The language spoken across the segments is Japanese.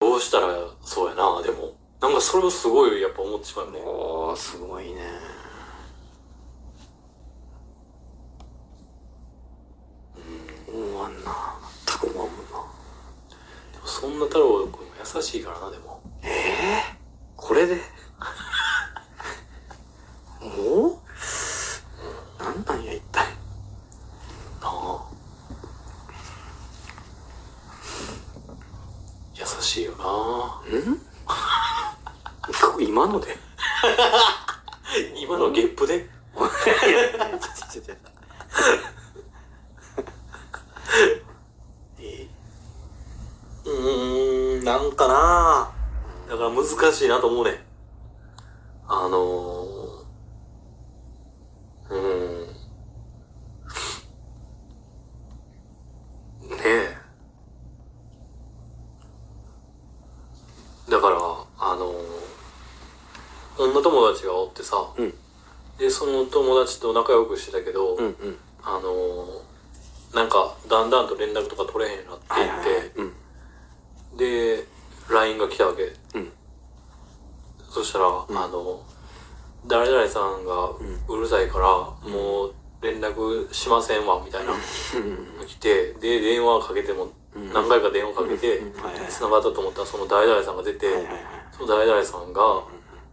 そうしたら、そうやな、でも。なんかそれをすごいやっぱ思ってしまうね。おー、すごいね。思わんな。全く思わんもんな。でもそんな太郎くんも優しいからな、でも。これでもうなんなんや、一体。なあ。優しいよな。今ので今のゲップでいやいやちょちょちょちょえうーん、なんかなだから難しいなと思うね。あのー、うーん。ねえ。だから、あのー、女友達がおってさ、うんで、その友達と仲良くしてたけど、うんうんあのー、なんか、だんだんと連絡とか取れへんようになっていって、うんで LINE が来たわけうんそしたら、んあの誰々さんがうるさいから、んもう連絡しませんわみたいな、うん来てで電話かけてもうん何回か電話かけてうんはいはい繋がったと思ったらその誰々さんが出て、はいはいはいその誰々さんが、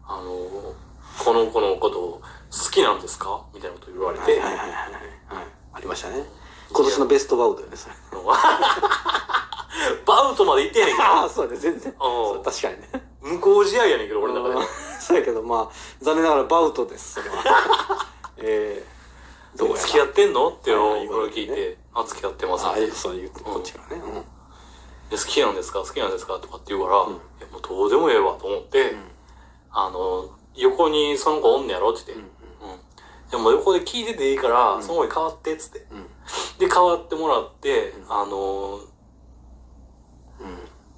あのこの子のことを好きなんですかみたいなこと言われて、はいはいはいはいはいありましたね今年のベストバウトよねそれあの バウトまで行ってんねんけああそうね全然そうど確かにねうん向こう試合やねんけど俺の中ではそうやけどまあ残念ながらバウトですそれは えー、どうやら付き合ってんのってはいはい俺聞いて、あ、付き合ってます。ああでそういうこっちからねうん好きなんですか好きなんですかとかって言うから、うんいやもうどうでもええわと思って、あの、横にその子おんねやろって言って、うん。でも横で聞いてていいから、んその子に変わってっつって。うんで、変わってもらって、うんあの、うんうん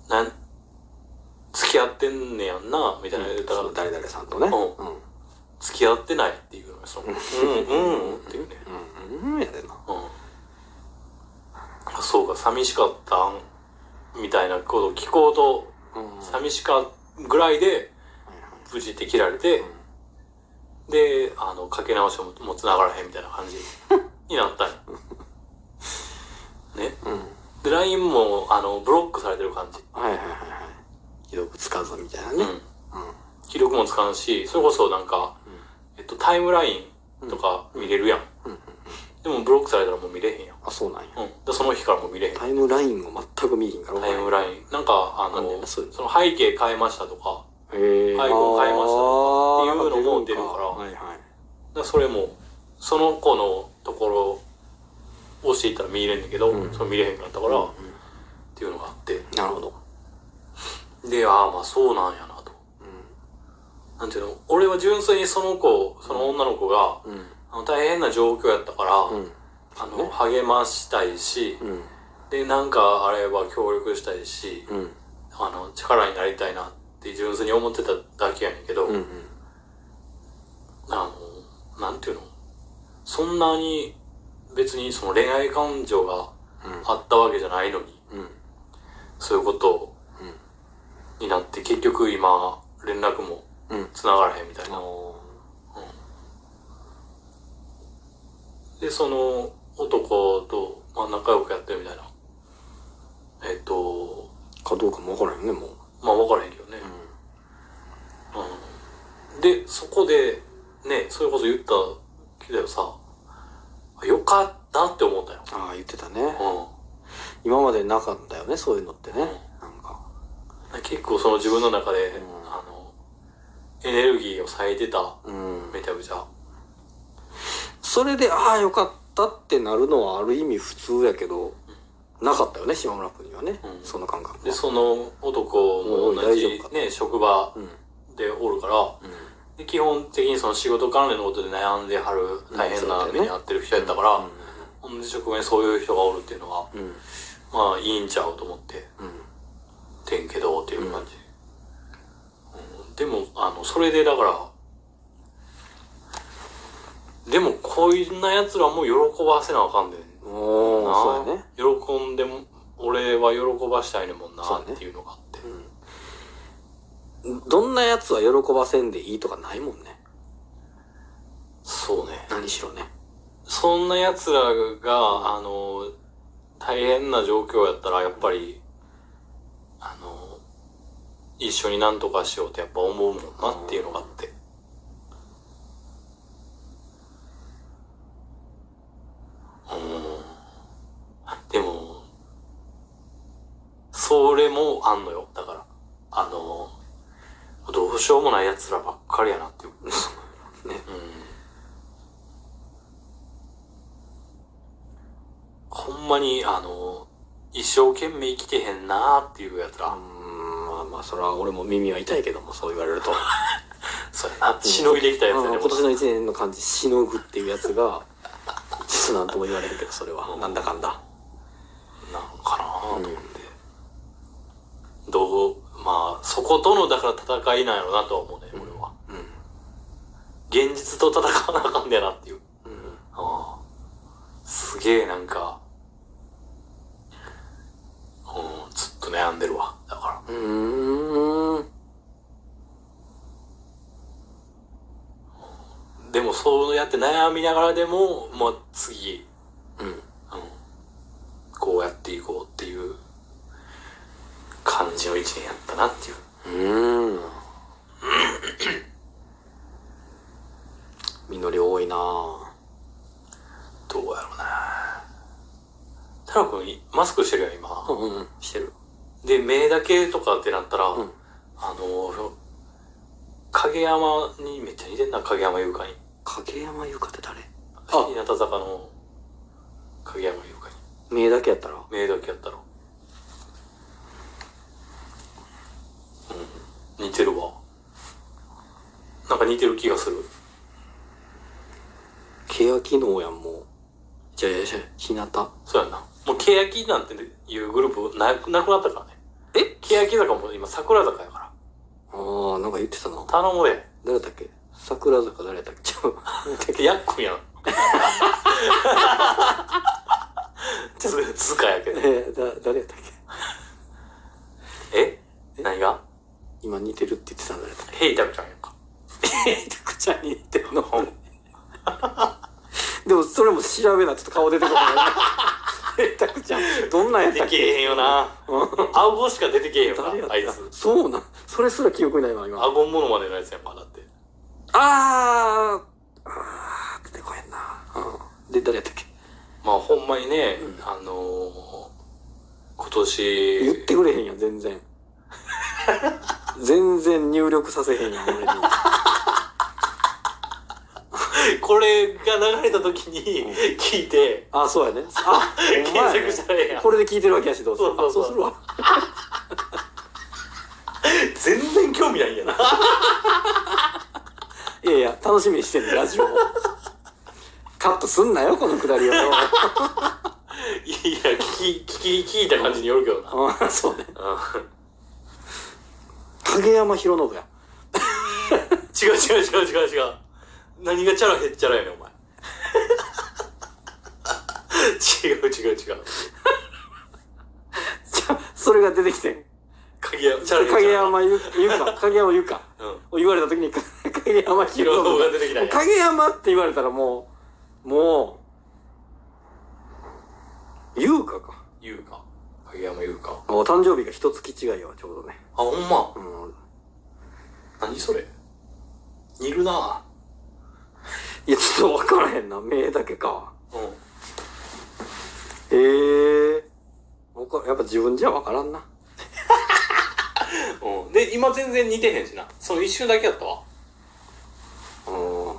なん、付き合ってんねやんな、みたいなの言ったら、その誰々さんとねうんうん付き合ってないっていうのよ その、うん、うん、っていうね。うん、うん、やでな。うん。そうか、寂しかったんみたいなことを聞こうと、うん寂しかぐらいで、無事って切られて、で、あの、かけ直しももう繋がらへんみたいな感じにな ったんよね。うん。で、LINE も、あの、ブロックされてる感じ。はいはいはいはい。既読つかずみたいなね。ううん。ん。記録もつかんし、それこそなんか、えっと、タイムラインとか見れるやん。うん。うん。でもブロックされたらもう見れへんやん。あ、そうなんや。うん。でその日からもう見れへん。タイムラインを全く見えへんから。タイムライン。なんか、ああんねんの、なそそういのうの背景変えましたとか、イン。へぇ背後変えましたあーっていうのも出るからはいはい。だからそれも、その子のところ、押していったら見れんねんけど、うんそれ見れへんかったから、うんっていうのがあって。なるほど。で、ああ、まあそうなんやなと。なんていうの、俺は純粋にその子、その女の子が、うん。あの大変な状況やったから、うん。あの、励ましたいし、うん。で、なんかあれば協力したいし、うん。あの、力になりたいなって純粋に思ってただけやねんけど、うん。うん。あの、なんていうのそんなに別にその恋愛感情があったわけじゃないのに、うん。そういうことになって結局今連絡もうん。繋がらへんみたいあな。ので、その男と、まあ、仲良くやってるみたいな。えっと、ー、かどうかもわからんよね、もう。まあ分からへんけどね。うんで、そこで、ね、それこそ言ったけどさ、あよかったって思ったよ。ああ、言ってたね。うん今までなかったよね、そういうのってね。うなんんか。結構その自分の中で、うんあのエネルギーを割いてたうん。めちゃくちゃそれで、ああ、よかったってなるのはある意味普通やけど、なかったよね、島村君にはね。うんその感覚では。その男もお同いじ大丈夫、かね、職場うん。うん。でおるからで基本的にその仕事関連のことで悩んではるうん大変なそうだよね目に遭ってる人やったから、同じ職場にそういう人がおるっていうのはうん。うん。まあいいんちゃうと思っててんけどっていう感じ、うんでもあのそれでだからでもこんな奴らも喜ばせなあかんでんうん。おー、そうやね。喜んでも俺は喜ばしたいねんもんなそうねっていうのがあってうん。どんなやつは喜ばせんでいいとかないもんね。そうね。何しろね。そんな奴らが、あの、大変な状況やったら、やっぱり、あの、一緒になんとかしようってやっぱ思うもんなっていうのがあって。うん。でも、それもあんのよ。だから、あの、どうしようもない奴らばっかりやなっていう。うねん。ほんまに、あの、一生懸命生きてへんなーっていうやつうーら、ん、まあまあ、それは俺も耳は痛いけども、そう言われると。そうやな、しのぎできたやつあやのね。今年の一年の感じ、しのぐっていうやつが、ちょっとなんとも言われへんけど、それは。なんだかんだ。なんかなーと思って、どう、まあ、そことの、だから戦いなんやろなとは思うね、俺は。うん。現実と戦わなあかんねやなっていう。うん。ああすげえなんか、うん、ずっと悩んでるわ。だから。うーん。でも、そうやって悩みながらでも、まあ、次、うん。うんこうやっていこうっていう感じの一年やったなっていう。うーん。実り多いなぁ。どうやろうな太郎くん、マスクしてるやん、今。うんうんうん。してる。で、目だけとかってなったら、うんあの、影山にめっちゃ似てんな、影山優香に。影山優香って誰あ日向坂の影山優香に。目だけやったら目だけやったら。うん、似てるわ。なんか似てる気がする。欅のやんもう。じゃあ、じゃあ、日向。そうやな。もう、欅なんていうグループなくなくなったからね。え欅坂も今、桜坂やから。ああ、なんか言ってたな。頼むで。誰だっけ桜坂誰だっけちょ、やっくんやん。 ちょっと、つかやけえど。ー、だ、誰やったっけえ何が今似てるって言ってたの誰だっヘイタクちゃんやんか。けめちゃくちゃ似てるの。 でも、それも調べな、ちょっと顔出てこない。えたくちゃん、どんなんやった出けっけえへんよな。顎しか出てけえへんよ誰やな、ったあいつ。そうなん。それすら記憶にないわ、今。あ顎ものまでのやつやんか、だって。あーあー、出てこへんな。うん。で、誰やったっけまあ、ほんまにね、うんあのー、今年、言ってくれへんやん全然全然入力させへんやん俺にこれが流れた時にうん聞いて、あそうやねあ検ほんまや索ねしたらええやんこ。れで聞いてるわけやしどうせそうそうそうあそうするわ全然興味ないんやな。いやいや楽しみにしてんねラジオカットすんなよこのくだりいをや、聞き、聞き、聞いた感じによるけどな。あそうねうん影山博信や違う違う違う違う違う。何がチャラへっちゃらやねん、お前。違う違う違う。じゃあそれが出てきてん影山、チャラへっちゃら影やな。山ゆゆか影山ゆかうん。を言われた時にか影山博信博信が出てきたんやもう影山って言われたらもうもう優香か言うか。影山言うか。お誕生日が一月違いはちょうどね。あ、ほんま。うん。何それ。似るないや、ちょっとわからへんな。目だけか。うん。ええわかやっぱ自分じゃわからんな。うん。で、今全然似てへんしな。その一瞬だけやったわ。う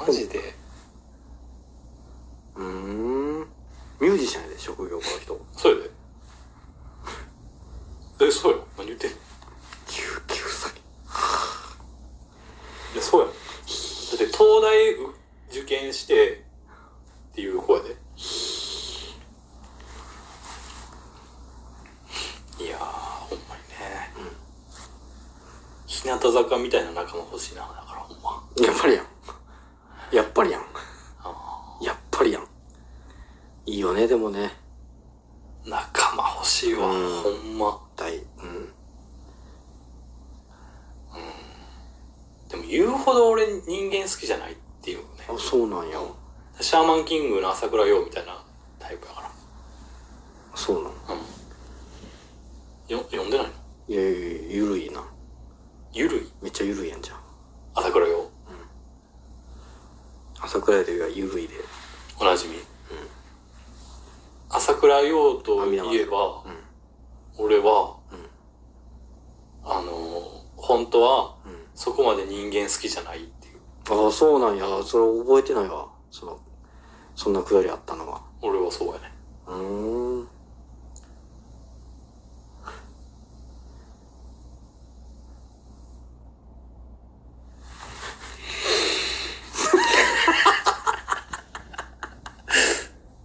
マジで。ん。うーん。ミュージシャンやで、職業この人。そうや で。え、そうよ。何言ってんのい救急詐欺。や、そうや。だって、東大う受験して、っていう子やで。いやー、ほんまにね。日向坂みたいな仲間欲しいな。だからほんま。やっぱりやん。やっぱりやん。あやっぱりやん。いいよね、でもね。ー仲間欲しいわ。うんほんま。大、うん。言うほど俺人間好きじゃないっていうねあそうなんやシャーマンキングの朝倉陽みたいなタイプだかそうなのらうんよ読んでないのいやいやいやゆるいなゆるいめっちゃゆるいやんじゃん朝倉陽朝倉ではゆるいでおなじみ、朝倉陽とあい宮本えば、うん俺は、うんあの本当はうんそこまで人間好きじゃないっていうああそうなんやそれ覚えてないわそのそんなくだりあったのは俺はそうやねうーん